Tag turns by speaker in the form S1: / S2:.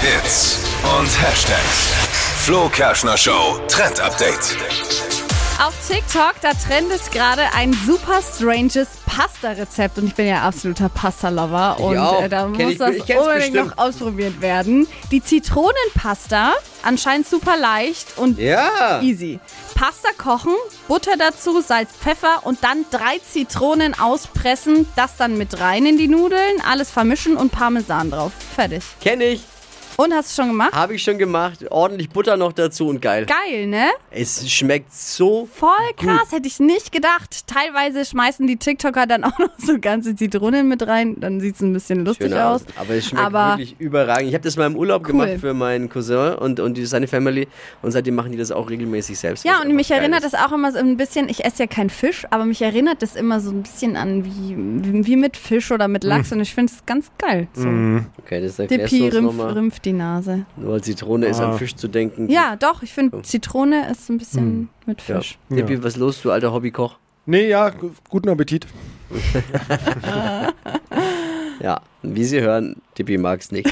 S1: Hits und Hashtags. Flo Kerschner Show Trend Update.
S2: Auf TikTok, da trendet gerade ein super stranges Pasta-Rezept und ich bin ja absoluter Pasta-Lover und
S3: auch.
S2: äh, da
S3: Kenn
S2: muss
S3: ich-
S2: das
S3: ich kenn's
S2: unbedingt
S3: bestimmt.
S2: noch ausprobiert werden. Die Zitronenpasta, anscheinend super leicht und
S3: Ja.
S2: easy. Pasta kochen, Butter dazu, Salz, Pfeffer und dann drei Zitronen auspressen, das dann mit rein in die Nudeln, alles vermischen und Parmesan drauf. Fertig.
S3: Kenne ich,
S2: Und hast du schon gemacht?
S3: habe ich schon gemacht. Ordentlich Butter noch dazu und geil.
S2: Geil, ne?
S3: Es schmeckt so.
S2: Voll krass, hätte ich nicht gedacht. Teilweise schmeißen die TikToker dann auch noch so ganze Zitronen mit rein. Dann sieht es ein bisschen lustig
S3: Schöner
S2: aus.
S3: Abend. Aber es schmeckt
S2: Aber
S3: wirklich überragend. Ich habe das mal im Urlaub gemacht für meinen Cousin und, und die- seine Family. Und seitdem machen die das auch regelmäßig selbst.
S2: ja,
S3: was
S2: und
S3: einfach
S2: mich
S3: geil
S2: erinnert
S3: ist.
S2: das auch immer so ein bisschen, ich esse ja keinen Fisch, aber mich erinnert das immer so ein bisschen an wie, wie, wie mit Fisch oder mit Lachs.
S3: Mm.
S2: Und ich finde es ganz geil. So.
S3: Okay, das erklärst
S2: Dippi
S3: du uns
S2: rümpft
S3: nochmal.
S2: rümpf die Nase.
S3: Nur als Zitrone ist an Fisch zu denken.
S2: Ja, doch, ich finde Zitrone ist ein bisschen mit
S3: Mm. Ja.
S2: Fisch.
S3: Dippi, was los, du alter Hobbykoch?
S4: Nee, ja, gu- guten Appetit.
S3: Ja, wie Sie hören, Dippi mag's nicht.